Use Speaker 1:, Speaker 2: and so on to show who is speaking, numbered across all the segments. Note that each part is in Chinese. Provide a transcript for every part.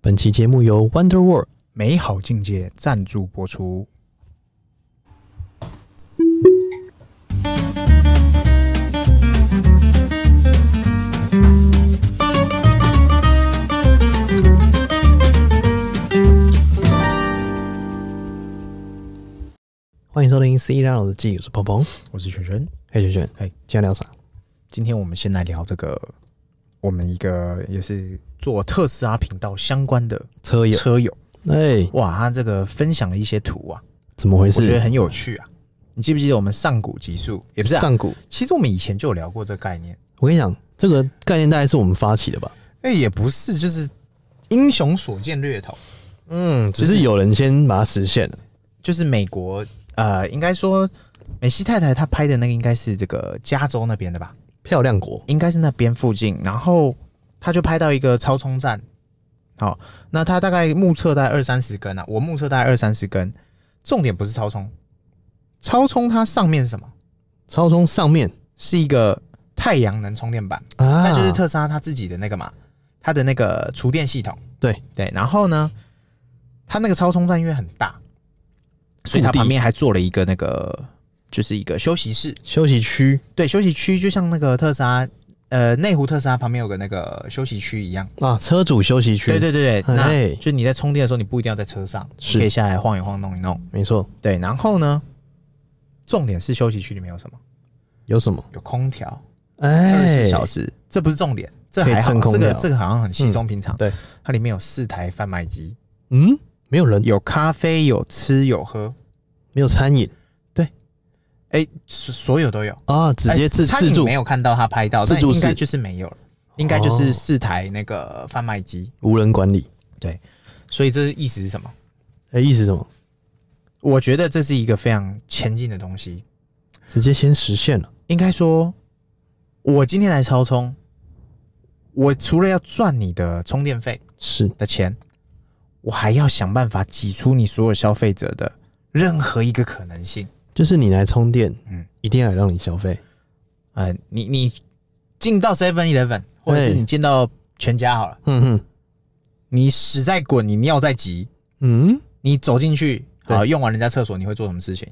Speaker 1: 本期节目由 Wonder World
Speaker 2: 美好境界赞助播出。
Speaker 1: 欢迎收听《C 大佬日记》，我是鹏鹏，
Speaker 2: 我是璇璇，
Speaker 1: 嘿轩轩，
Speaker 2: 嘿，
Speaker 1: 今天聊啥？
Speaker 2: 今天我们先来聊这个，我们一个也是做特斯拉频道相关的
Speaker 1: 车友，
Speaker 2: 车友，
Speaker 1: 哎，
Speaker 2: 哇，他这个分享了一些图啊，
Speaker 1: 怎么回
Speaker 2: 我觉得
Speaker 1: 事？
Speaker 2: 很有趣啊。你记不记得我们上古集数也不是、啊？
Speaker 1: 上古，
Speaker 2: 其实我们以前就有聊过这个概念，
Speaker 1: 我跟你讲，这个概念大概是我们发起的吧？
Speaker 2: 哎、也不是，就是英雄所见略同，
Speaker 1: 嗯，只是有人先把它实现了。
Speaker 2: 就是美国呃，应该说美西太太她拍的那个应该是这个加州那边的吧？
Speaker 1: 漂亮国，
Speaker 2: 应该是那边附近，然后他就拍到一个超充站，好、那他大概目测大概二三十根啊，我目测大概二三十根，重点不是超充，超充它上面是什么？
Speaker 1: 超充上面
Speaker 2: 是一个太阳能充电板，
Speaker 1: 啊，
Speaker 2: 那就是特斯拉它自己的那个嘛，它的那个厨电系统，
Speaker 1: 对
Speaker 2: 对，然后呢，它那个超充站因为很大，所以它
Speaker 1: 速地
Speaker 2: 旁边还做了一个那个就是一个休息室，
Speaker 1: 休息区
Speaker 2: 对，休息区就像那个特斯拉，呃，内湖特斯拉旁边有个那个休息区一样。
Speaker 1: 啊，车主休息区，
Speaker 2: 对，对对对，
Speaker 1: 哎
Speaker 2: 那就你在充电的时候，你不一定要在车上，
Speaker 1: 是
Speaker 2: 你可以下来晃一晃、弄一弄。
Speaker 1: 没错，
Speaker 2: 对，然后呢，重点是休息区里面有什么？
Speaker 1: 有什么？
Speaker 2: 有空调，二十
Speaker 1: 哎
Speaker 2: 四，小时，这不是重点，这
Speaker 1: 可以
Speaker 2: 还好
Speaker 1: 蹭，空
Speaker 2: 这个
Speaker 1: 调嗯
Speaker 2: 这个好像很稀松平常。
Speaker 1: 对，
Speaker 2: 它里面有四台贩卖机，
Speaker 1: 嗯，没有人，
Speaker 2: 有咖啡，有吃，有喝，
Speaker 1: 没有餐饮
Speaker 2: 哎，所所有都有。
Speaker 1: 啊，直接自
Speaker 2: 哎餐
Speaker 1: 自
Speaker 2: 饮
Speaker 1: 助
Speaker 2: 没，有看到他拍到，
Speaker 1: 自
Speaker 2: 但
Speaker 1: 助
Speaker 2: 应该
Speaker 1: 式
Speaker 2: 就是没有了，应该就
Speaker 1: 哦
Speaker 2: 是四台那个贩卖机。
Speaker 1: 无人管理。
Speaker 2: 所以这意思是什么？
Speaker 1: 哎，意思是什么？
Speaker 2: 我觉得这是一个非常前进的东西。
Speaker 1: 直接先实现了，
Speaker 2: 应该说，我今天来超充，我除了要赚你的充电费
Speaker 1: 是
Speaker 2: 的钱，我还要想办法挤出你所有消费者的任何一个可能性。
Speaker 1: 就是你来充电，嗯
Speaker 2: 嗯，
Speaker 1: 一定要让你消费，
Speaker 2: 呃，你你进到 Seven Eleven，或者是
Speaker 1: 对
Speaker 2: 你进到全家好了，
Speaker 1: 嗯哼，
Speaker 2: 你屎在滚，你尿在急，
Speaker 1: 嗯，
Speaker 2: 你走进去，啊
Speaker 1: 对
Speaker 2: 好用完人家厕所，你会做什么事情？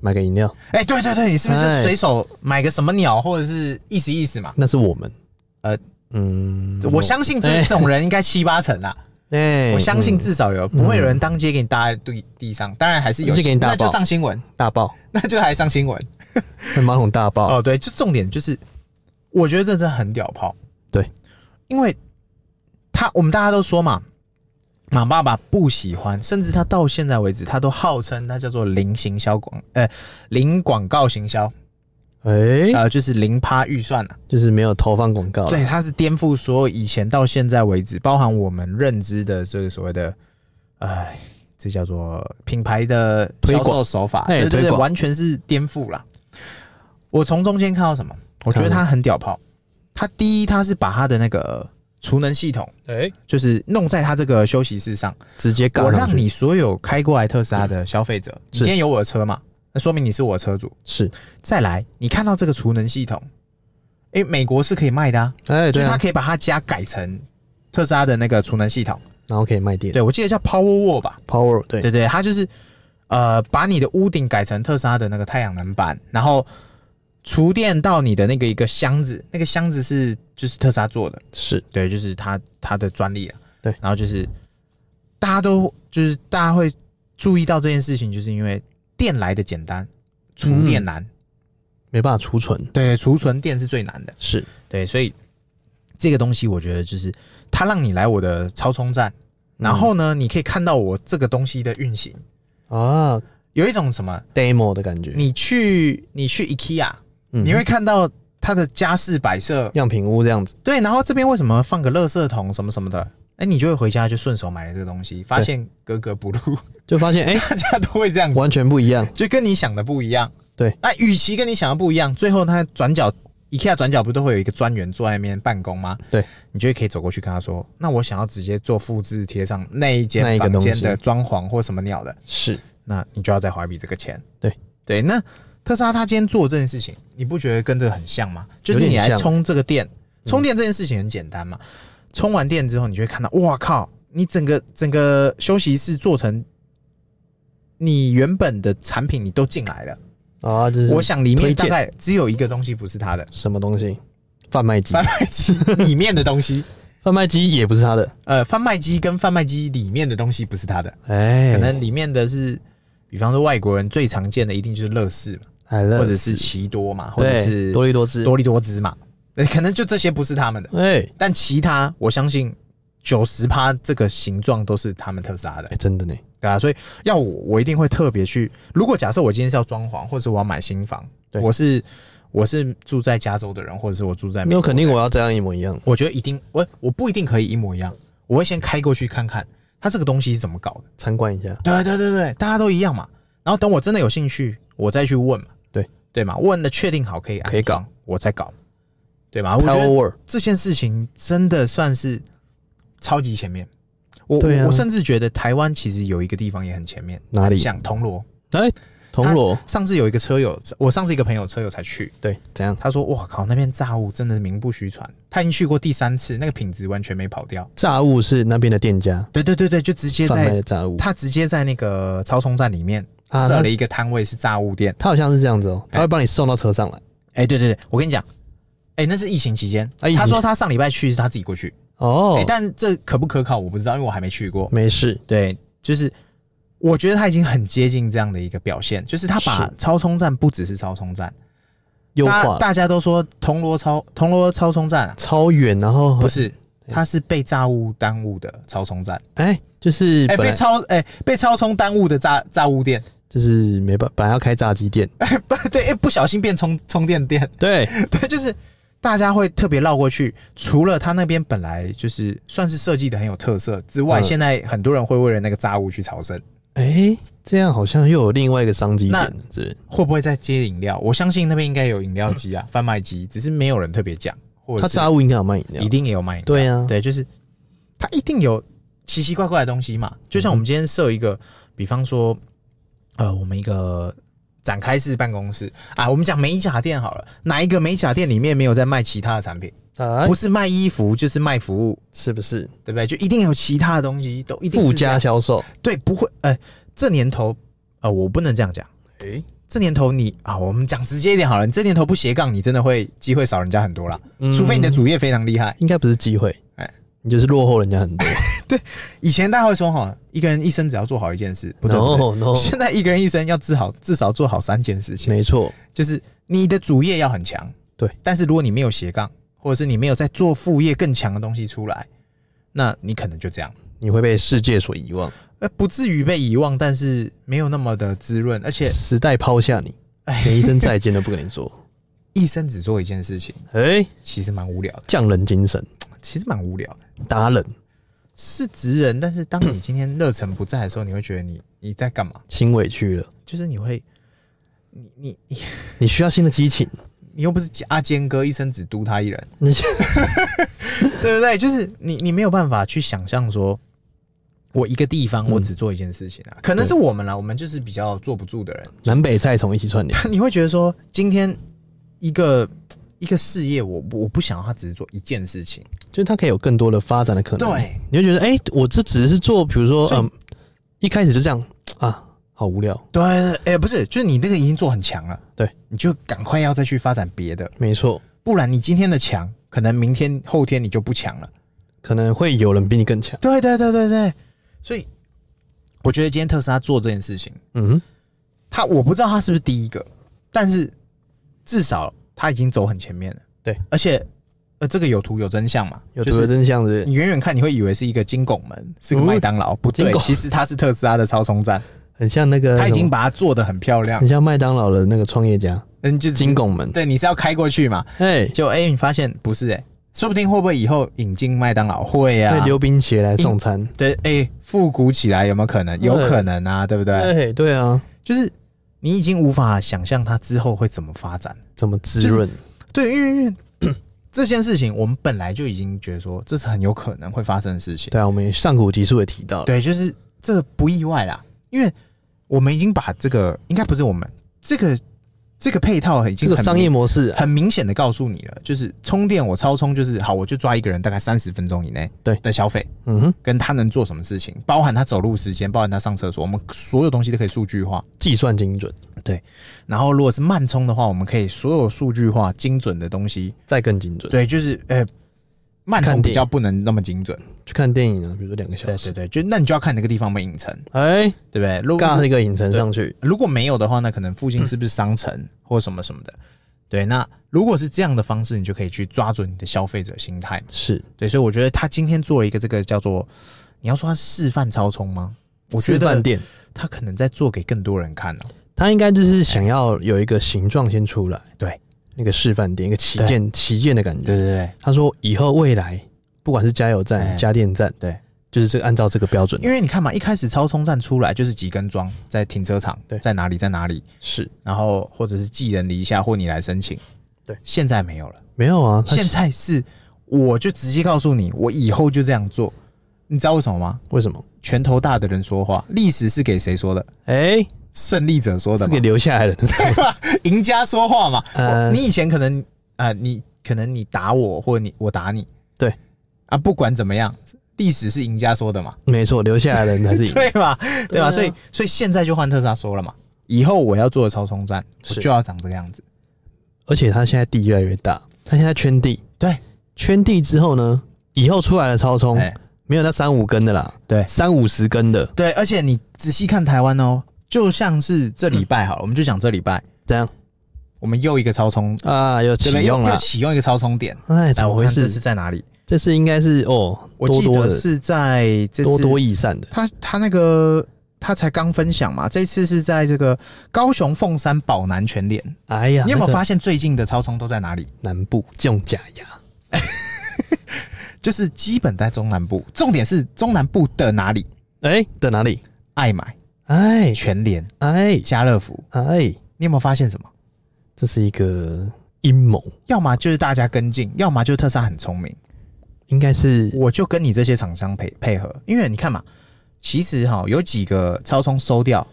Speaker 1: 买个饮料，
Speaker 2: 哎、对对对，你是不是
Speaker 1: 哎
Speaker 2: 就随手买个什么鸟，或者是意思意思嘛？
Speaker 1: 那是我们，
Speaker 2: 呃，
Speaker 1: 嗯，
Speaker 2: 我相信这种人应该七八成啦，啊
Speaker 1: 哎，
Speaker 2: 我相信
Speaker 1: 嗯
Speaker 2: 至少有，不会有人当街给你搭在地地上，当然还是有，
Speaker 1: 就给你打爆
Speaker 2: 那就上新闻，
Speaker 1: 嗯大爆，
Speaker 2: 那就还上新闻。
Speaker 1: 那马桶大爆，
Speaker 2: 哦，对，就重点就是，我觉得这真的很屌炮，
Speaker 1: 对，
Speaker 2: 因为他我们大家都说嘛，马爸爸不喜欢，甚至他到现在为止，他都号称他叫做零行销广，呃，零广告行销，
Speaker 1: 哎，
Speaker 2: 呃，就是零趴预算啊。
Speaker 1: 就是没有投放广告，
Speaker 2: 对，，它是颠覆所有以前到现在为止，包含我们认知的这个所谓的，哎，这叫做品牌的
Speaker 1: 推
Speaker 2: 销
Speaker 1: 广
Speaker 2: 售手法，
Speaker 1: 哎
Speaker 2: 对对
Speaker 1: 推
Speaker 2: 对，
Speaker 1: 广
Speaker 2: 完全是颠覆啦。我从中间看到什么？我觉得
Speaker 1: 看到
Speaker 2: 它很屌炮。它第一，它是把它的那个储能系统，
Speaker 1: 哎，
Speaker 2: 就是弄在它这个休息室上，
Speaker 1: 直接
Speaker 2: 我
Speaker 1: 搞上
Speaker 2: 让
Speaker 1: 去，
Speaker 2: 你所有开过来特斯拉的消费者，你
Speaker 1: 是
Speaker 2: 今天有我的车嘛？那说明你是我的车主。
Speaker 1: 是，
Speaker 2: 再来，你看到这个储能系统，诶，美国是可以卖的啊。
Speaker 1: 哎，
Speaker 2: 就
Speaker 1: 对
Speaker 2: 是它
Speaker 1: 啊，
Speaker 2: 可以把它家改成特斯拉的那个储能系统。
Speaker 1: 然后可以卖电
Speaker 2: 对，我记得叫 Power Wall 吧？
Speaker 1: ，Power，对，
Speaker 2: 对对，它就是呃，把你的屋顶改成特斯拉的那个太阳能板，然后厨电到你的那个一个箱子，那个箱子是就是特斯拉做的，
Speaker 1: 是，
Speaker 2: 对，就是它它的专利了。啊
Speaker 1: 对
Speaker 2: 然后就是大家都就是大家会注意到这件事情，就是因为电来的简单，储电难。
Speaker 1: 嗯没办法储存，
Speaker 2: 对，储存电是最难的。
Speaker 1: 是，
Speaker 2: 对，所以这个东西我觉得就是它让你来我的超充站，然
Speaker 1: 嗯
Speaker 2: 后呢，你可以看到我这个东西的运行，
Speaker 1: 啊
Speaker 2: 有一种什么，
Speaker 1: ，demo 的感觉，
Speaker 2: 你去你去 IKEA，、
Speaker 1: 嗯
Speaker 2: 你会看到它的家饰摆设，
Speaker 1: 样品屋这样子，
Speaker 2: 对，然后这边为什么放个垃圾桶什么什么的，哎，你就会回家就顺手买了这个东西，发现格格不入，
Speaker 1: 就发现哎，
Speaker 2: 大家都会这样，
Speaker 1: 完全不一样，
Speaker 2: 就跟你想的不一样。
Speaker 1: 对，
Speaker 2: 那与其跟你想的不一样，最后他转角 IKEA 转角不都会有一个专员坐在那边办公吗？
Speaker 1: 对，
Speaker 2: 你就可以走过去跟他说：“那我想要直接做复制贴上那一
Speaker 1: 那一个
Speaker 2: 间房
Speaker 1: 东西
Speaker 2: 间的装潢或什么鸟的，
Speaker 1: 是，
Speaker 2: 那你就要再花一笔这个钱。”
Speaker 1: 对
Speaker 2: 对，那特斯拉他今天做这件事情，你不觉得跟这个很像吗？就是
Speaker 1: 有
Speaker 2: 你
Speaker 1: 点
Speaker 2: 来
Speaker 1: 像嗯
Speaker 2: 充这个电，充电这件事情很简单嘛，充完电之后，你就会看到，哇靠，你整个整个休息室做成你原本的产品，你都进来了。
Speaker 1: 啊，就是
Speaker 2: 我想里面
Speaker 1: 推
Speaker 2: 大
Speaker 1: 荐
Speaker 2: 概只有一个东西不 是他的，
Speaker 1: 什么东西？贩卖机
Speaker 2: 贩，卖机里面的东西，
Speaker 1: 贩卖机也不是他的，
Speaker 2: 呃，贩卖机跟贩卖机里面的东西不是他的，
Speaker 1: 哎，
Speaker 2: 可能里面的是，比方说外国人最常见的一定就是乐事嘛，
Speaker 1: 海乐
Speaker 2: 或者是奇多嘛，或者
Speaker 1: 呃对
Speaker 2: 是
Speaker 1: 多利多汁，
Speaker 2: 多利多汁嘛，呃可能就这些不是他们的，
Speaker 1: 哎
Speaker 2: 但其他我相信九十趴这个形状都是他们特斯拉的
Speaker 1: 哎，，真的呢，
Speaker 2: 对啊，所以要我我一定会特别去，如果假设我今天是要装潢，或者我要买新房，
Speaker 1: 对
Speaker 2: 我是我是住在加州的人，或者是我住在美
Speaker 1: 没
Speaker 2: 国
Speaker 1: 有肯定我要这样一模一样，
Speaker 2: 我觉得一定，我我不一定可以一模一样，我会先开过去看看它这个东西是怎么搞的。
Speaker 1: 参观一下，
Speaker 2: 对对对对，大家都一样嘛。然后等我真的有兴趣，我再去问嘛。
Speaker 1: 对
Speaker 2: 对嘛，问了确定好可以安
Speaker 1: 可以
Speaker 2: 装，我再搞，对嘛？我觉
Speaker 1: Power
Speaker 2: 得
Speaker 1: Word
Speaker 2: 这件事情真的算是超级前面。我、
Speaker 1: 对啊
Speaker 2: 我我甚至觉得台湾其实有一个地方也很前面，
Speaker 1: 哪里？
Speaker 2: 像啊铜锣。
Speaker 1: 哎，铜锣，
Speaker 2: 上次有一个车友，我上次一个朋友车友才去，
Speaker 1: 对，怎样？
Speaker 2: 他说：“哇靠，那边炸物真的名不虚传。”他已经去过第三次，那个品质完全没跑掉。
Speaker 1: 炸物是那边的店家
Speaker 2: 对对对对，就直接
Speaker 1: 贩卖
Speaker 2: 在
Speaker 1: 的炸物，
Speaker 2: 他直接在那个超充站里面
Speaker 1: 啊
Speaker 2: 设
Speaker 1: 那
Speaker 2: 了一个摊位是炸物店。
Speaker 1: 他好像是这样子哦，他
Speaker 2: 哎
Speaker 1: 会帮你送到车上来。
Speaker 2: 哎、对对对，我跟你讲，哎、那是疫情期间。
Speaker 1: 啊疫情
Speaker 2: 他说他上礼拜去是他自己过去，哎、
Speaker 1: 哦，
Speaker 2: 但这可不可靠我不知道，因为我还没去过。
Speaker 1: 没事，
Speaker 2: 对，就是我觉得他已经很接近这样的一个表现，就是他把
Speaker 1: 是
Speaker 2: 超充站不只是超充站，
Speaker 1: 优
Speaker 2: 大
Speaker 1: 化
Speaker 2: 大家都说铜锣超铜锣超充站、啊、
Speaker 1: 超远，然后
Speaker 2: 不是。它是被炸物耽误的超充站，
Speaker 1: 哎，就是
Speaker 2: 哎、
Speaker 1: 本
Speaker 2: 被
Speaker 1: 来
Speaker 2: 超哎、被超充耽误的炸炸物店，
Speaker 1: 就是没办，本来要开炸鸡店，
Speaker 2: 不对，哎、不小心变充充电店，
Speaker 1: 对，
Speaker 2: 对，就是大家会特别绕过去。除了他那边本来就是算是设计的很有特色之外，
Speaker 1: 嗯
Speaker 2: 现在很多人会为了那个炸物去朝圣。
Speaker 1: 哎，这样好像又有另外一个商机点
Speaker 2: 那
Speaker 1: 了，是不是？
Speaker 2: 会不会再接饮料？我相信那边应该有饮料机啊，贩卖机，只是没有人特别讲，或者
Speaker 1: 嗯他
Speaker 2: 是
Speaker 1: 炸物应该有卖饮料
Speaker 2: 一，定也有卖饮料。
Speaker 1: 对啊呀，
Speaker 2: 对，就是它一定有奇奇怪怪的东西
Speaker 1: 嗯
Speaker 2: 嘛。就像我们今天设一个，比方说，呃，我们一个展开式办公室啊，我们讲美甲店好了，哪一个美甲店里面没有在卖其他的产品？
Speaker 1: 啊
Speaker 2: 不，是卖衣服就是卖服务，
Speaker 1: 是不是
Speaker 2: 对不对？就一定有其他的东西，都一定是
Speaker 1: 附
Speaker 2: 这
Speaker 1: 加
Speaker 2: 样
Speaker 1: 销售？
Speaker 2: 对，不会。呃，这年头，呃，我不能这样讲。
Speaker 1: 哎，
Speaker 2: 这年头你啊，我们讲直接一点好了，你这年头不斜杠，你真的会机会少人家很多啦。
Speaker 1: 嗯
Speaker 2: 除非你的主业非常厉害。
Speaker 1: 应该不是机会，
Speaker 2: 哎
Speaker 1: 哎，你就是落后人家很多。
Speaker 2: 以前大家会说哈，一个人一生只要做好一件事，不对不对
Speaker 1: no no，
Speaker 2: 现在一个人一生要至少至少做好三件事情，
Speaker 1: 没错，
Speaker 2: 就是你的主业要很强，
Speaker 1: 嗯对。
Speaker 2: 但是如果你没有斜杠，或者是你没有在做副业更强的东西出来，那你可能就这样。
Speaker 1: 你会被世界所遗忘，
Speaker 2: 呃，不至于被遗忘，但是没有那么的滋润，而且
Speaker 1: 时代抛下你，
Speaker 2: 哎
Speaker 1: 连一声再见都不跟你 说。
Speaker 2: 一生只做一件事情，
Speaker 1: 哎，
Speaker 2: 其实蛮无聊的，
Speaker 1: 匠人精神，
Speaker 2: 其实蛮无聊的。
Speaker 1: 达人
Speaker 2: 是职人，但是当你今天热忱不在的时候，你会觉得你你在干嘛？
Speaker 1: 心委屈了，
Speaker 2: 就是你会，你你你
Speaker 1: 你需要新的激情。
Speaker 2: 你又不是阿坚哥，一生只督他一人，
Speaker 1: 你
Speaker 2: 对不对？就是你你没有办法去想象说，我一个地方
Speaker 1: 嗯
Speaker 2: 我只做一件事情啊，可能是我们啦，我们就是比较坐不住的人，
Speaker 1: 南北菜从一起串联，
Speaker 2: 你会觉得说，今天一个一个事业，我我不想要他只是做一件事情。
Speaker 1: 就是它可以有更多的发展的可能。
Speaker 2: 对，
Speaker 1: 你就觉得，哎、我这只是做，比如说，
Speaker 2: 所以
Speaker 1: 嗯，一开始就这样啊，好无聊。
Speaker 2: 对，哎、不是，就是你这个已经做很强了，
Speaker 1: 对，
Speaker 2: 你就赶快要再去发展别的，
Speaker 1: 没错，
Speaker 2: 不然你今天的强，可能明天后天你就不强了。
Speaker 1: 可能会有人比你更强。
Speaker 2: 对对对对对，所以我觉得今天特斯拉做这件事情，
Speaker 1: 嗯，
Speaker 2: 他我不知道他是不是第一个，但是至少他已经走很前面了。
Speaker 1: 对，
Speaker 2: 而且呃，这个有图有真相嘛，
Speaker 1: 有
Speaker 2: 就
Speaker 1: 图有
Speaker 2: 是
Speaker 1: 真相是不
Speaker 2: 你
Speaker 1: 是
Speaker 2: 远远看你会以为是一个金拱门，是个
Speaker 1: 嗯
Speaker 2: 麦当劳，不对
Speaker 1: 金，拱
Speaker 2: 其实它是特斯拉的超充站，
Speaker 1: 很像那个，
Speaker 2: 他已经把它做的很漂亮
Speaker 1: 很。像麦当劳的那个创业家
Speaker 2: 嗯，就是
Speaker 1: 金，拱门。
Speaker 2: 对，你是要开过去嘛？
Speaker 1: 哎、
Speaker 2: 就哎、你发现不是哎、说不定会不会以后引进麦当劳会啊
Speaker 1: 对，？溜冰鞋来送餐。
Speaker 2: 对，哎、复古起来有没有可能？有
Speaker 1: 对
Speaker 2: 可能啊，对不对？
Speaker 1: 哎，对啊，
Speaker 2: 就是你已经无法想象它之后会怎么发展。
Speaker 1: 怎么滋润？
Speaker 2: 对，因为因为 这件事情，我们本来就已经觉得说这是很有可能会发生的事情。
Speaker 1: 对啊，我们也上古集数也提到了。
Speaker 2: 对，就是这个不意外啦，因为我们已经把这个应该不是我们这个这个配套已
Speaker 1: 这
Speaker 2: 经
Speaker 1: 个
Speaker 2: 很
Speaker 1: 商业
Speaker 2: 明
Speaker 1: 模式啊
Speaker 2: 很明显的告诉你了，就是充电我超充就是好，我就抓一个人大概三十分钟以内
Speaker 1: 对
Speaker 2: 的消费，
Speaker 1: 嗯哼，
Speaker 2: 跟他能做什么事情，包含他走路时间，包含他上厕所，我们所有东西都可以数据化。
Speaker 1: 计算精准，
Speaker 2: 然后如果是慢充的话，我们可以所有数据化、精准的东西。
Speaker 1: 再更精准。
Speaker 2: 对，就是呃，慢
Speaker 1: 看电
Speaker 2: 充比
Speaker 1: 影
Speaker 2: 较不能那么精准。
Speaker 1: 去看电影啊，比如说两个小
Speaker 2: 对对
Speaker 1: 时，
Speaker 2: 对，就那你就要看那个地方有没有影城，
Speaker 1: 哎，
Speaker 2: 对不对？如
Speaker 1: 尬
Speaker 2: 果
Speaker 1: 一个影城上去，
Speaker 2: 如果没有的话，那可能附近是不是商城或什么什么的？对，那如果是这样的方式，你就可以去抓准你的消费者心态。
Speaker 1: 是
Speaker 2: 对，所以我觉得他今天做了一个这个叫做，你要说他示范超充吗？我觉
Speaker 1: 示范
Speaker 2: 得
Speaker 1: 店，
Speaker 2: 他可能在做给更多人看啊了、
Speaker 1: 它应该就是想要有一个形状先出来，
Speaker 2: 对，
Speaker 1: 那个示范店，一个旗舰旗舰的感觉。
Speaker 2: 对对
Speaker 1: 他说以后未来不管是加油站、
Speaker 2: 哎
Speaker 1: 家电站，
Speaker 2: 对，
Speaker 1: 就是这个按照这个标准
Speaker 2: 对，因为你看嘛，一开始超充站出来就是几根桩，在停车场，
Speaker 1: 对
Speaker 2: 在哪里在哪里，
Speaker 1: 是
Speaker 2: 然后或者是寄人篱下或你来申请，
Speaker 1: 对，
Speaker 2: 现在没有了，
Speaker 1: 没有啊？它
Speaker 2: 现在是我就直接告诉你，我以后就这样做，你知道为什么吗？
Speaker 1: 为什么？
Speaker 2: 拳头大的人说话，历史是给谁说的？
Speaker 1: 哎、
Speaker 2: 胜利者说的
Speaker 1: 是
Speaker 2: 嘛，
Speaker 1: 给留下来的人说
Speaker 2: 赢家说话嘛。
Speaker 1: 呃
Speaker 2: 我你以前可能啊、呃你可能你打我，或你我打你，
Speaker 1: 对
Speaker 2: 啊，不管怎么样，历史是赢家说的嘛，
Speaker 1: 没错，留下来的人才是赢。
Speaker 2: 对吧？对吧？
Speaker 1: 啊
Speaker 2: 所以所以现在就换特斯拉说了嘛，以后我要做的超充站，我
Speaker 1: 是
Speaker 2: 就要长这个样子。
Speaker 1: 而且它现在地越来越大，它现在圈地，
Speaker 2: 对，
Speaker 1: 圈地之后呢，以后出来的超充、
Speaker 2: 哎、
Speaker 1: 没有那三五根的啦，
Speaker 2: 对
Speaker 1: 三五十根的，
Speaker 2: 对，而且你仔细看台湾哦，就像是这礼拜好了，我们就讲这礼拜，
Speaker 1: 怎样
Speaker 2: 我们又一个超充，
Speaker 1: 啊？有启
Speaker 2: 对不对
Speaker 1: 用
Speaker 2: 又
Speaker 1: 了
Speaker 2: 又，启用一个超充点，
Speaker 1: 哎，怎
Speaker 2: 来
Speaker 1: 么
Speaker 2: 我
Speaker 1: 回
Speaker 2: 看
Speaker 1: 事
Speaker 2: 这？是在哪里？
Speaker 1: 这次应该是哦，
Speaker 2: 我
Speaker 1: 多
Speaker 2: 记
Speaker 1: 多
Speaker 2: 得
Speaker 1: 的
Speaker 2: 是在这
Speaker 1: 多
Speaker 2: 次
Speaker 1: 多益善的，
Speaker 2: 他他那个他才刚分享嘛，这次是在这个高雄凤山宝南全联，
Speaker 1: 哎呀，
Speaker 2: 你有没有
Speaker 1: 那个
Speaker 2: 发现最近的超充都在哪里？
Speaker 1: 南部种假牙？
Speaker 2: 就是基本在中南部，重点是中南部的哪里？
Speaker 1: 哎、在哪里？
Speaker 2: 爱买、
Speaker 1: 哎
Speaker 2: 全联、
Speaker 1: 哎
Speaker 2: 家乐福，
Speaker 1: 哎，
Speaker 2: 你有没有发现什么？
Speaker 1: 这是一个阴谋，
Speaker 2: 要么就是大家跟进，要么就是特斯拉很聪明，
Speaker 1: 应该是
Speaker 2: 我就跟你这些厂商配配合，因为你看嘛，其实哈有几个超充收掉，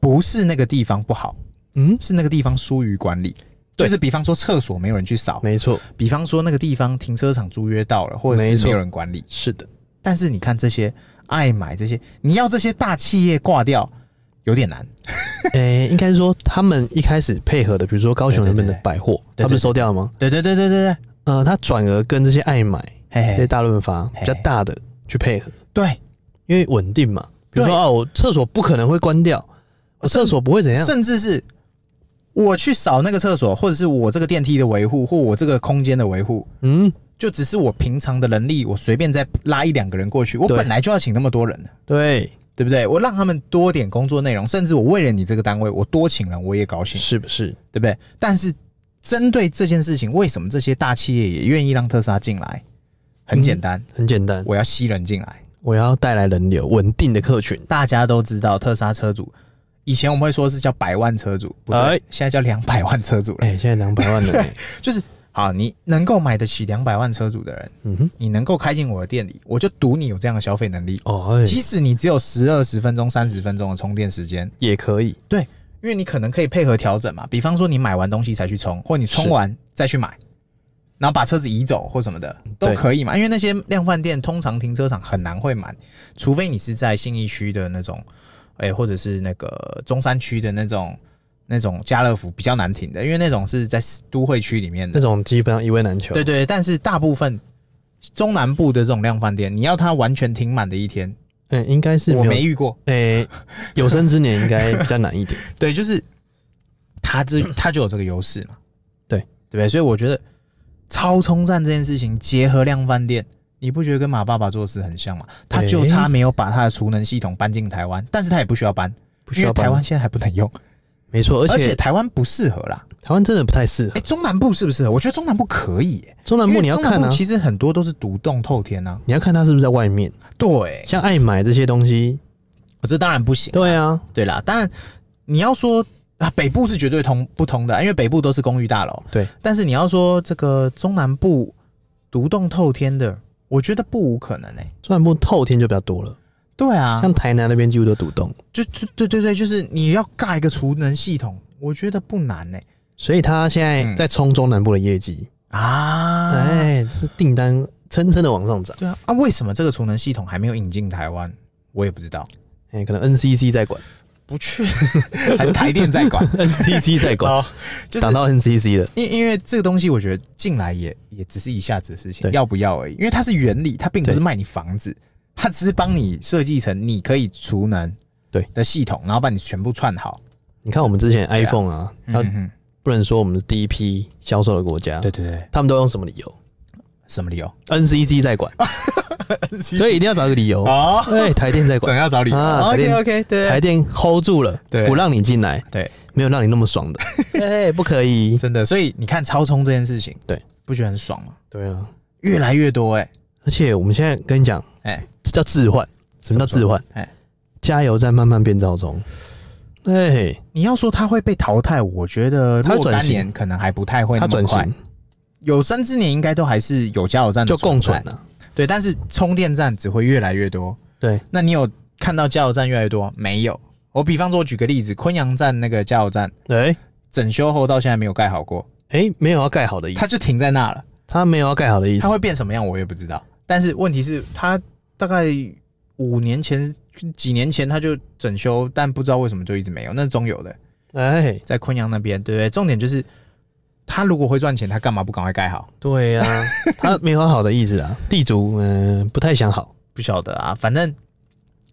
Speaker 2: 不是那个地方不好，
Speaker 1: 嗯，
Speaker 2: 是那个地方疏于管理，
Speaker 1: 对
Speaker 2: 就是比方说厕所没有人去扫，
Speaker 1: 没错，
Speaker 2: 比方说那个地方停车场租约到了，或者
Speaker 1: 没
Speaker 2: 是
Speaker 1: 错
Speaker 2: 没有人管理。
Speaker 1: 是的，
Speaker 2: 但是你看这些爱买这些，你要这些大企业挂掉，有点难。
Speaker 1: 哎、应该是说他们一开始配合的，比如说高雄原本的
Speaker 2: 对对对
Speaker 1: 百货，
Speaker 2: 对对
Speaker 1: 他不是收掉了吗？
Speaker 2: 对对对对对对，
Speaker 1: 呃，他转而跟这些爱买、这
Speaker 2: 嘿
Speaker 1: 些
Speaker 2: 嘿，
Speaker 1: 大润发比较大的去配合，
Speaker 2: 对，
Speaker 1: 因为稳定嘛。比如
Speaker 2: 对
Speaker 1: 说哦，我厕所不可能会关掉，我厕所不会怎样，
Speaker 2: 甚至是我去扫那个厕所，或者是我这个电梯的维护，或我这个空间的维护，
Speaker 1: 嗯，
Speaker 2: 就只是我平常的能力，我随便再拉一两个人过去，我
Speaker 1: 对
Speaker 2: 本来就要请那么多人了。
Speaker 1: 对，
Speaker 2: 对不对？我让他们多点工作内容，甚至我为了你这个单位，我多请人，我也高兴。
Speaker 1: 是不是？
Speaker 2: 对不对？但是针对这件事情，为什么这些大企业也愿意让特斯拉进来？很
Speaker 1: 嗯
Speaker 2: 简单，
Speaker 1: 很简单，
Speaker 2: 我要吸人进来。
Speaker 1: 我要带来人流，稳定的客群，
Speaker 2: 大家都知道，特斯拉车主以前我们会说是叫百万车主，不对，
Speaker 1: 哎
Speaker 2: 现在叫两百万车主了。
Speaker 1: 哎、现在两百万 人、哎
Speaker 2: 就是好，你能够买得起两百万车主的人，
Speaker 1: 嗯哼，
Speaker 2: 你能够开进我的店里，我就赌你有这样的消费能力。
Speaker 1: 哦，哎、
Speaker 2: 即使你只有十二十分钟、三十分钟的充电时间，
Speaker 1: 也可以，
Speaker 2: 对，因为你可能可以配合调整嘛，比方说你买完东西才去充，或你充
Speaker 1: 是
Speaker 2: 完再去买，然后把车子移走或什么的都
Speaker 1: 对
Speaker 2: 可以嘛。因为那些量贩店通常停车场很难会满，除非你是在信义区的那种，哎、或者是那个中山区的那种那种家乐福比较难停的，因为那种是在都会区里面
Speaker 1: 那
Speaker 2: 的。
Speaker 1: 种基本上一位难求。
Speaker 2: 对对，但是大部分中南部的这种量贩店，你要它完全停满的一天，
Speaker 1: 嗯，应该是
Speaker 2: 我
Speaker 1: 没
Speaker 2: 没
Speaker 1: 有。
Speaker 2: 遇过。
Speaker 1: 诶、有生之年应该比较难 一点。
Speaker 2: 对，就是他这他就有这个优势嘛，
Speaker 1: 嗯对
Speaker 2: 对不对？所以我觉得超充站这件事情结合量贩店，你不觉得跟马爸爸做的事很像吗？他就
Speaker 1: 诶
Speaker 2: 差没有把他的储能系统搬进台湾，但是他也不需要搬，
Speaker 1: 不需要
Speaker 2: 因为
Speaker 1: 搬
Speaker 2: 台湾现在还不能用，
Speaker 1: 没错，而且
Speaker 2: 而且台湾不适合啦。
Speaker 1: 台湾真的不太适合
Speaker 2: 哎、。中南部适不适合？我觉得中南部可以、欸，
Speaker 1: 中南部
Speaker 2: 因为
Speaker 1: 你要
Speaker 2: 中南
Speaker 1: 看
Speaker 2: 部
Speaker 1: 啊，
Speaker 2: 其实很多都是独栋透天啊。
Speaker 1: 你要看它是不是在外面，
Speaker 2: 对，
Speaker 1: 像爱买这些东西。
Speaker 2: 我哦这当然不行。
Speaker 1: 对啊，
Speaker 2: 哎对啦，当然你要说啊，北部是绝对通不通的，因为北部都是公寓大楼。
Speaker 1: 对，
Speaker 2: 但是你要说这个中南部独栋透天的，我觉得不无可能诶、
Speaker 1: 中南部透天就比较多了，
Speaker 2: 对啊，
Speaker 1: 像台南那边几乎都独栋。
Speaker 2: 就就对对对，就是你要盖一个储能系统，我觉得不难欸呢、
Speaker 1: 所以他现在
Speaker 2: 嗯
Speaker 1: 在冲中南部的业绩，
Speaker 2: 啊，
Speaker 1: 哎、是订单蹭蹭的往上涨，
Speaker 2: 对啊，啊，为什么这个储能系统还没有引进台湾？我也不知道，
Speaker 1: 哎、可能 NCC 在管
Speaker 2: 不去，还是台电在管，
Speaker 1: ，NCC 在管，
Speaker 2: 哦，就是
Speaker 1: 挡到 NCC 了，
Speaker 2: 因因为这个东西，我觉得进来也也只是一下子的事情
Speaker 1: 对，
Speaker 2: 要不要而已。因为它是原理，它并不是
Speaker 1: 对
Speaker 2: 卖你房子，它只是帮你设计成你可以储能
Speaker 1: 对
Speaker 2: 的系统，然后把你全部串好。
Speaker 1: 你看我们之前
Speaker 2: 对啊
Speaker 1: iPhone 啊，它
Speaker 2: 嗯哼，
Speaker 1: 不能说我们是第一批销售的国家，
Speaker 2: 对对对，
Speaker 1: 他们都用什么理由
Speaker 2: 什么理由？
Speaker 1: ？NCC 在管，所以一定要找一个理由。
Speaker 2: 啊哦，
Speaker 1: 哎，台电在管，
Speaker 2: 总要找理由。
Speaker 1: 啊台
Speaker 2: OK
Speaker 1: 电
Speaker 2: OK，
Speaker 1: 台
Speaker 2: 对
Speaker 1: 电 hold 住了，
Speaker 2: 对
Speaker 1: 不让你进来，
Speaker 2: 对，
Speaker 1: 没有让你那么爽的， 哎，不可以。
Speaker 2: 真的。所以你看超充这件事情，
Speaker 1: 对，
Speaker 2: 不觉得很爽吗？
Speaker 1: 对啊，
Speaker 2: 越来越多哎
Speaker 1: 而且我们现在跟你讲，
Speaker 2: 哎，
Speaker 1: 这叫置换。什么叫置换？
Speaker 2: 哎，
Speaker 1: 加油站慢慢变造中。哎，
Speaker 2: 你要说它会被淘汰，我觉得
Speaker 1: 它
Speaker 2: 若
Speaker 1: 转
Speaker 2: 干
Speaker 1: 型
Speaker 2: 年可能还不太会
Speaker 1: 它
Speaker 2: 那么
Speaker 1: 转
Speaker 2: 快
Speaker 1: 型。
Speaker 2: 有生之年应该都还是有加油站的
Speaker 1: 就共
Speaker 2: 存
Speaker 1: 存啊
Speaker 2: 在
Speaker 1: 了。
Speaker 2: 对，但是充电站只会越来越多。
Speaker 1: 对，
Speaker 2: 那你有看到加油站越来越多？没有。我比方说，我举个例子，昆阳站那个加油站
Speaker 1: 哎
Speaker 2: 整修后到现在没有盖好过，
Speaker 1: 哎，没有要盖好的意
Speaker 2: 它
Speaker 1: 思，
Speaker 2: 就停在那了。
Speaker 1: 它没有要盖好的意思
Speaker 2: 它。会变什么样，我也不知道。但是问题是，它大概五年前、几年前它就整修，但不知道为什么就一直没有。那是中油的，
Speaker 1: 哎，
Speaker 2: 在昆阳那边，对不对？重点就是，它如果会赚钱，它干嘛不赶快盖好？
Speaker 1: 对呀， 它没有要好的意思啊。地主嗯不太想好
Speaker 2: 不晓得啊，反正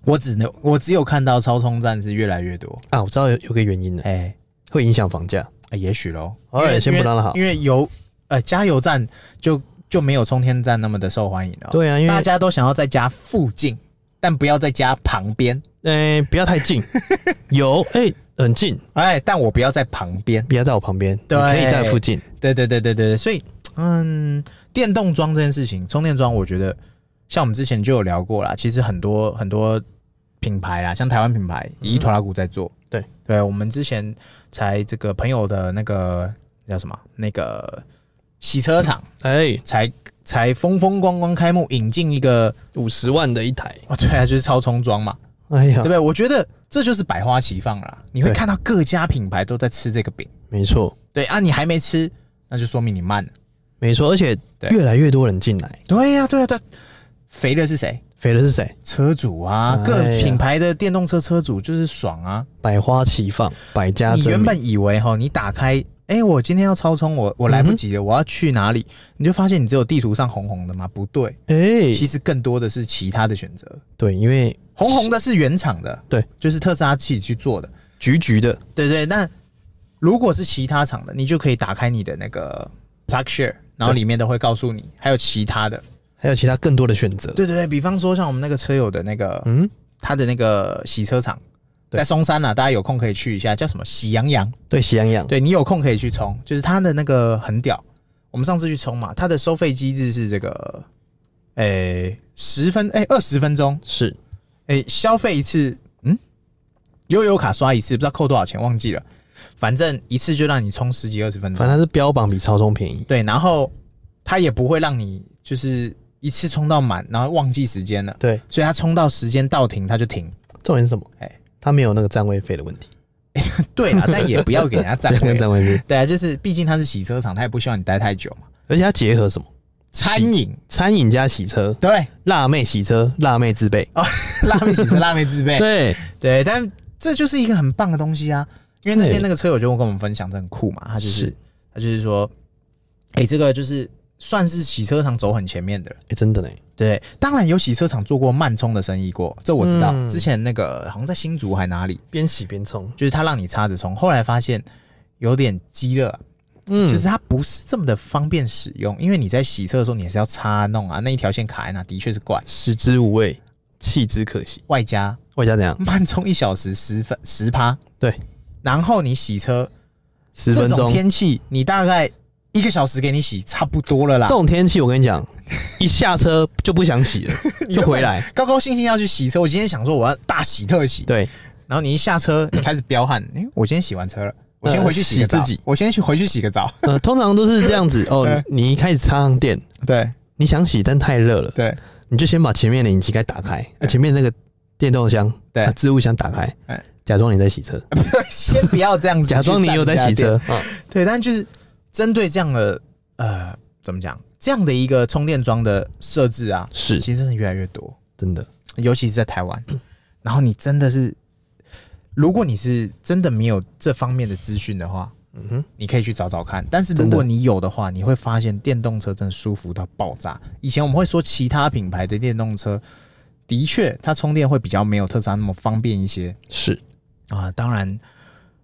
Speaker 2: 我只能我只有看到超充站是越来越多，
Speaker 1: 啊，我知道有有个原因的，
Speaker 2: 哎、
Speaker 1: 会影响房价。
Speaker 2: 呃也许喽，
Speaker 1: 偶尔先不让它好
Speaker 2: 因为因为油呃加油站就就没有充电站那么的受欢迎了、
Speaker 1: 对啊，因为
Speaker 2: 大家都想要在家附近，但不要在家旁边。
Speaker 1: 哎、不要太 近，有哎、很近，
Speaker 2: 哎，但我不要在旁边。
Speaker 1: 不要在我旁边，你
Speaker 2: 对
Speaker 1: 可以在附近。
Speaker 2: 对对对对对，对所以嗯，电动桩这件事情，充电桩，我觉得像我们之前就有聊过啦，其实很多很多品牌啊，像台湾品牌，以
Speaker 1: 嗯
Speaker 2: 拖拉股在做。
Speaker 1: 对
Speaker 2: 对，我们之前才这个朋友的那个叫什么那个洗车厂。
Speaker 1: 哎，
Speaker 2: 才才风风光光开幕，引进一个
Speaker 1: 五十万的一台，
Speaker 2: 哦，对啊，就是超充装嘛，
Speaker 1: 哎呀
Speaker 2: 对不，对？我觉得这就是百花齐放啦，你会
Speaker 1: 对
Speaker 2: 看到各家品牌都在吃这个饼。
Speaker 1: 没错，
Speaker 2: 对啊，你还没吃，那就说明你慢了。
Speaker 1: 没错，而且
Speaker 2: 对
Speaker 1: 越来越多人进来，
Speaker 2: 对呀、对呀、对、啊肥的是谁？
Speaker 1: 肥的是谁？
Speaker 2: 车主啊，
Speaker 1: 哎呀
Speaker 2: 各品牌的电动车车主就是爽啊！
Speaker 1: 百花齐放，百家
Speaker 2: 你
Speaker 1: 争
Speaker 2: 原
Speaker 1: 鸣。
Speaker 2: 本以为哈，你打开，哎、我今天要超充，我我来不及了，我要去哪里？你就发现你只有地图上红红的嘛，不对，
Speaker 1: 哎、
Speaker 2: 其实更多的是其他的选择。
Speaker 1: 对，因为
Speaker 2: 红红的是原厂的，
Speaker 1: 对，
Speaker 2: 就是特斯拉自己去做的，
Speaker 1: 橘橘的，
Speaker 2: 对对。那如果是其他厂的，你就可以打开你的那个 plug share，然后里面都会告诉你还有其他的，
Speaker 1: 还有其他更多的选择。
Speaker 2: 对对对。比方说像我们那个车友的那个，
Speaker 1: 嗯，
Speaker 2: 他的那个洗车厂
Speaker 1: 对
Speaker 2: 在松山啊，大家有空可以去一下，叫什么喜羊羊，
Speaker 1: 对，喜羊羊，
Speaker 2: 对你有空可以去充，就是他的那个很屌。我们上次去充嘛，它的收费机制是这个，诶、十分诶二十分钟，
Speaker 1: 是
Speaker 2: 诶、消费一次，嗯，悠游卡刷一次，不知道扣多少钱，忘记了。反正一次就让你充十几二十分
Speaker 1: 反正
Speaker 2: 钟，
Speaker 1: 它是标榜比超充便宜。
Speaker 2: 对，然后它也不会让你就是一次充到满，然后忘记时间了，
Speaker 1: 对，
Speaker 2: 所以它充到时间到停它就停。
Speaker 1: 重点是什么？
Speaker 2: 哎
Speaker 1: 它没有那个占位费的问题，
Speaker 2: 对 啊，但也不要给人家占
Speaker 1: 没有
Speaker 2: 位。
Speaker 1: 占位费，
Speaker 2: 对啊，就是毕竟它是洗车场，它也不希望你待太久嘛。
Speaker 1: 而且它结合什么？
Speaker 2: 餐饮
Speaker 1: 餐饮加洗车，
Speaker 2: 对，
Speaker 1: 辣妹洗车，辣妹自备。
Speaker 2: 辣妹洗车，辣妹自备，
Speaker 1: 对，
Speaker 2: 对，但这就是一个很棒的东西啊。因为那天
Speaker 1: 对
Speaker 2: 那个车友就跟我们分享，这很酷嘛，他就是
Speaker 1: 是
Speaker 2: 他就是说，哎、这个就是算是洗车场走很前面的了。
Speaker 1: 哎、真的呢，
Speaker 2: 对，当然有洗车场做过慢充的生意过，这我知道。
Speaker 1: 嗯
Speaker 2: 之前那个好像在新竹还哪里，
Speaker 1: 边洗边冲，
Speaker 2: 就是他让你插着充，后来发现有点鸡了，
Speaker 1: 嗯
Speaker 2: 就是它不是这么的方便使用，因为你在洗车的时候你还是要插弄啊，那一条线卡在那的确是怪。
Speaker 1: 食之无味，弃之可惜。
Speaker 2: 外加
Speaker 1: 外加怎样？
Speaker 2: 慢充一小时十分十趴，
Speaker 1: 对，
Speaker 2: 然后你洗车
Speaker 1: 十
Speaker 2: 这
Speaker 1: 分
Speaker 2: 种
Speaker 1: 钟。
Speaker 2: 天气，你大概一个小时给你洗差不多了啦
Speaker 1: 这。种天气，我跟你讲，一下车就不想 洗了，就回来。嗯
Speaker 2: 高高兴兴要去洗车，我今天想说我要大洗特洗，
Speaker 1: 对，
Speaker 2: 然后你一下车你开始飙汗，诶，我今天洗完车了，我先
Speaker 1: 呃
Speaker 2: 回去洗个
Speaker 1: 洗自
Speaker 2: 澡
Speaker 1: 己，
Speaker 2: 我先去回去洗个 澡。
Speaker 1: 呃，通常都是这样子 哦
Speaker 2: 嗯。
Speaker 1: 你一开始插上电，
Speaker 2: 对
Speaker 1: 你想洗，但太热了，
Speaker 2: 对，
Speaker 1: 啊你就先把前面的引擎盖打开，呃前面那个电动箱、
Speaker 2: 对
Speaker 1: 啊置物箱打开
Speaker 2: 哎，
Speaker 1: 假装你在洗车，
Speaker 2: 先不要这样子，
Speaker 1: 假装你有在洗。车，嗯
Speaker 2: 对，但就是针对这样的呃，怎么讲，这样的一个充电桩的设置啊，
Speaker 1: 是
Speaker 2: 其实真的越来越多，
Speaker 1: 真的，
Speaker 2: 尤其是在台湾。然后你真的是，如果你是真的没有这方面的资讯的话，
Speaker 1: 嗯哼，
Speaker 2: 你可以去找找看。但是
Speaker 1: 真
Speaker 2: 如
Speaker 1: 的
Speaker 2: 果你有的话，你会发现电动车真的舒服到爆炸。以前我们会说其他品牌的电动车，的确它充电会比较没有特斯拉那么方便一些
Speaker 1: 是
Speaker 2: 啊。当然，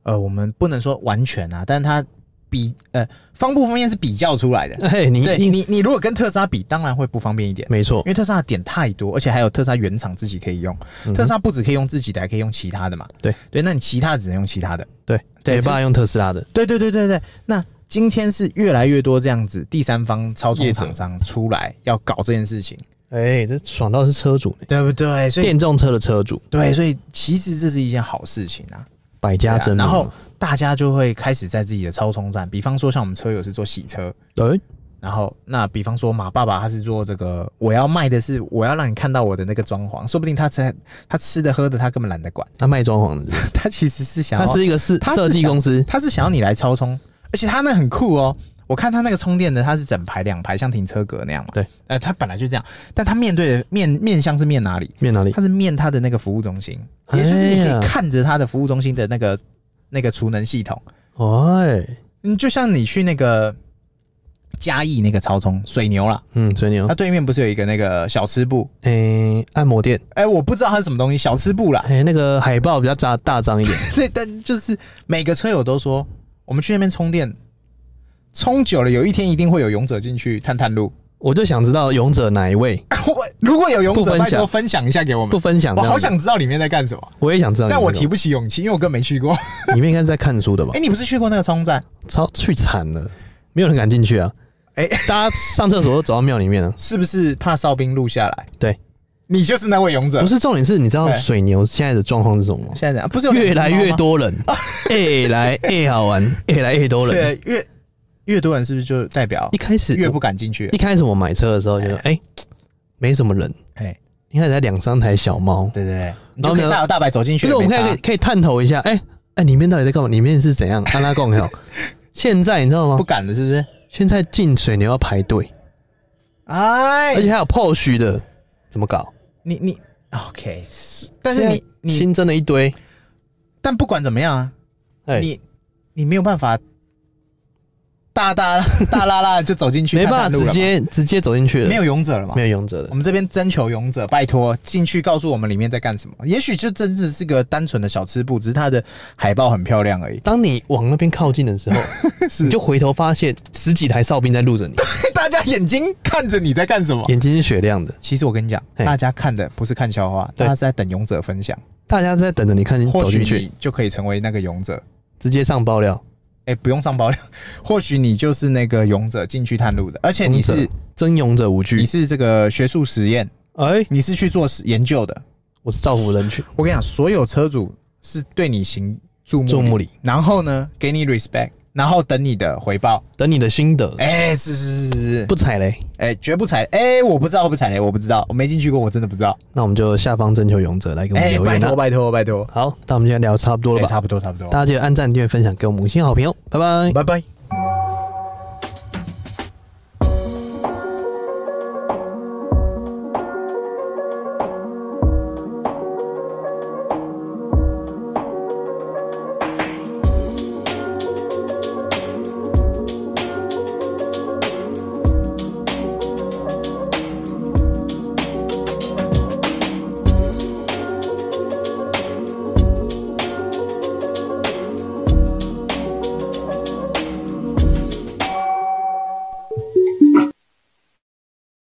Speaker 2: 呃，我们不能说完全啊，但它比呃方不方便是比较出来的。
Speaker 1: 嘿，你
Speaker 2: 对
Speaker 1: 你
Speaker 2: 你，你如果跟特斯拉比，当然会不方便一点。
Speaker 1: 没错
Speaker 2: 因，为特斯拉的点太多，而且还有特斯拉原厂自己可以用。特斯拉不只可以用自己的，还可以用其他的嘛。
Speaker 1: 嗯对
Speaker 2: 对，那你其他的只能用其他的。
Speaker 1: 对，
Speaker 2: 对
Speaker 1: 没办法用特斯拉的，
Speaker 2: 对对对对对。那今天是越来越多这样子第三方操纵厂商出来要搞这件事情，
Speaker 1: 哎，这爽到是车主呢，
Speaker 2: 对不对？所以
Speaker 1: 电动车的车主，
Speaker 2: 对，所以其实这是一件好事情啊。
Speaker 1: 百
Speaker 2: 对啊
Speaker 1: 家争鸣，
Speaker 2: 然后大家就会开始在自己的超充站，比方说像我们车友是做洗车，
Speaker 1: 哎，
Speaker 2: 然后那比方说马爸爸他是做这个，我要卖的是我要让你看到我的那个装潢，说不定他才他吃的喝的他根本懒得管，
Speaker 1: 他卖装潢的是不是，
Speaker 2: 他其实是想
Speaker 1: 他
Speaker 2: 要
Speaker 1: 是一个是
Speaker 2: 他是
Speaker 1: 设计
Speaker 2: 想
Speaker 1: 公司，
Speaker 2: 他是想要你来超充，而且他那很酷哦。我看他那个充电的，它是整排两排，像停车格那样嘛。
Speaker 1: 对，
Speaker 2: 呃，他本来就这样，但他面对的面面向是面哪里？
Speaker 1: 面哪里？
Speaker 2: 他是面他的那个服务中心，
Speaker 1: 哎
Speaker 2: 也
Speaker 1: 呀
Speaker 2: 就是你可以看着他的服务中心的那个那个储能系统。
Speaker 1: 哎，
Speaker 2: 嗯，就像你去那个嘉义那个超充水牛啦，
Speaker 1: 嗯，水牛
Speaker 2: 它，对面不是有一个那个小吃部？
Speaker 1: 哎，按摩店，
Speaker 2: 哎、我不知道它是什么东西，小吃部啦。
Speaker 1: 哎，那个海报比较大大张一点，
Speaker 2: 对，但就是每个车友都说，我们去那边充电，充久了，有一天一定会有勇者进去探探路。
Speaker 1: 我就想知道勇者哪一位
Speaker 2: 我如果有勇
Speaker 1: 不
Speaker 2: 者，
Speaker 1: 分
Speaker 2: 拜
Speaker 1: 享
Speaker 2: 托分享一下给我
Speaker 1: 不
Speaker 2: 们。
Speaker 1: 分享这
Speaker 2: 我
Speaker 1: 样子，哦
Speaker 2: 好想知道里面在干什么，
Speaker 1: 我也想知道你那
Speaker 2: 但
Speaker 1: 种，
Speaker 2: 我 提不起勇气，因为我根本没去过。
Speaker 1: 里面应该是在看书的吧
Speaker 2: 哎、？你不是去过那个冲站？
Speaker 1: 超去惨了，没有人敢进去啊！
Speaker 2: 哎
Speaker 1: 大家上厕所都走到庙里面了。
Speaker 2: 是不是怕哨兵录下来？
Speaker 1: 对，
Speaker 2: 你就是那位勇者。
Speaker 1: 不是重点是，你知道
Speaker 2: 对
Speaker 1: 水牛现在的状况是什么吗？
Speaker 2: 现在怎样？不是有
Speaker 1: 越
Speaker 2: 两
Speaker 1: 来
Speaker 2: 只猫吗
Speaker 1: 越，多人，越来越好玩，越来越多人。
Speaker 2: 对，越越多人是不是就代表
Speaker 1: 一开始
Speaker 2: 越
Speaker 1: 我
Speaker 2: 不敢进去？
Speaker 1: 一开始我买车的时候就说，哎，没什么人，
Speaker 2: 哎、
Speaker 1: 一开始才两三台小猫，
Speaker 2: 对对对，你
Speaker 1: 然
Speaker 2: 就
Speaker 1: 后
Speaker 2: 可
Speaker 1: 呢
Speaker 2: 以大摇大摆走进去
Speaker 1: 就是
Speaker 2: 也
Speaker 1: 我
Speaker 2: 没
Speaker 1: 们
Speaker 2: 差。
Speaker 1: 可以可以可以探头一下，哎哎，里面到底在干嘛？里面是 怎样？阿拉贡好。现在你知道吗
Speaker 2: 不？敢了，是不是？
Speaker 1: 现在进水牛要排队，
Speaker 2: 哎
Speaker 1: 而，且还有 POS 的，怎么搞？
Speaker 2: 你你 OK，是但是你你
Speaker 1: 新增了一堆，
Speaker 2: 但不管怎么样啊，
Speaker 1: 哎，
Speaker 2: 你你没有办法大大大啦啦就走进去
Speaker 1: 没
Speaker 2: 看
Speaker 1: 办法
Speaker 2: 看路了
Speaker 1: 直
Speaker 2: 嘛，
Speaker 1: 接直接走进去了，
Speaker 2: 没有勇者了嘛
Speaker 1: 没。有勇者
Speaker 2: 我
Speaker 1: 的，
Speaker 2: 们这边征求勇者，拜托进去告诉我们里面在干什么。也许就真的是个单纯的小吃部，只是它的海报很漂亮而已。
Speaker 1: 当你往那边靠近的时候，
Speaker 2: 是
Speaker 1: 你就回头发现十几台哨兵在路着你，
Speaker 2: 大家眼睛看着你在干什么？
Speaker 1: 眼睛是雪亮的，
Speaker 2: 其实我跟你讲，
Speaker 1: 嘿
Speaker 2: 大家看的不是看笑话，大
Speaker 1: 对
Speaker 2: 家是在等勇者分享，
Speaker 1: 大家在等着你看
Speaker 2: 或
Speaker 1: 走
Speaker 2: 许
Speaker 1: 进去，
Speaker 2: 你就可以成为那个勇者。
Speaker 1: 直接上爆料，
Speaker 2: 哎、不用上爆料， 或许你就是那个勇者进去探路的，而且哎你
Speaker 1: 勇
Speaker 2: 是
Speaker 1: 者嗯真勇者无
Speaker 2: 你
Speaker 1: 惧。
Speaker 2: 是这个学术实验，
Speaker 1: 哎，
Speaker 2: 你是去做实研究的。
Speaker 1: 我是造福人群，
Speaker 2: 我跟你讲，所有车主是对你行注目
Speaker 1: 注目礼，
Speaker 2: 然后呢，给你 respect，然后等你的回报。
Speaker 1: 等你的心得，
Speaker 2: 哎、是是是是是，
Speaker 1: 不踩雷。
Speaker 2: 哎、绝不踩。哎、我不知道会不会踩雷，我不知道，我没进去过，我真的不知道。
Speaker 1: 那我们就下方征求勇者来给我们
Speaker 2: 哎、
Speaker 1: 留
Speaker 2: 拜
Speaker 1: 言
Speaker 2: 托
Speaker 1: 啦。
Speaker 2: 拜托拜托，
Speaker 1: 好，那我们今天聊得差不多
Speaker 2: 哎、
Speaker 1: 了吧？
Speaker 2: 差不多差不多，
Speaker 1: 大家记得按赞、订阅、分享给我们五星好评哦，拜拜。
Speaker 2: 拜拜。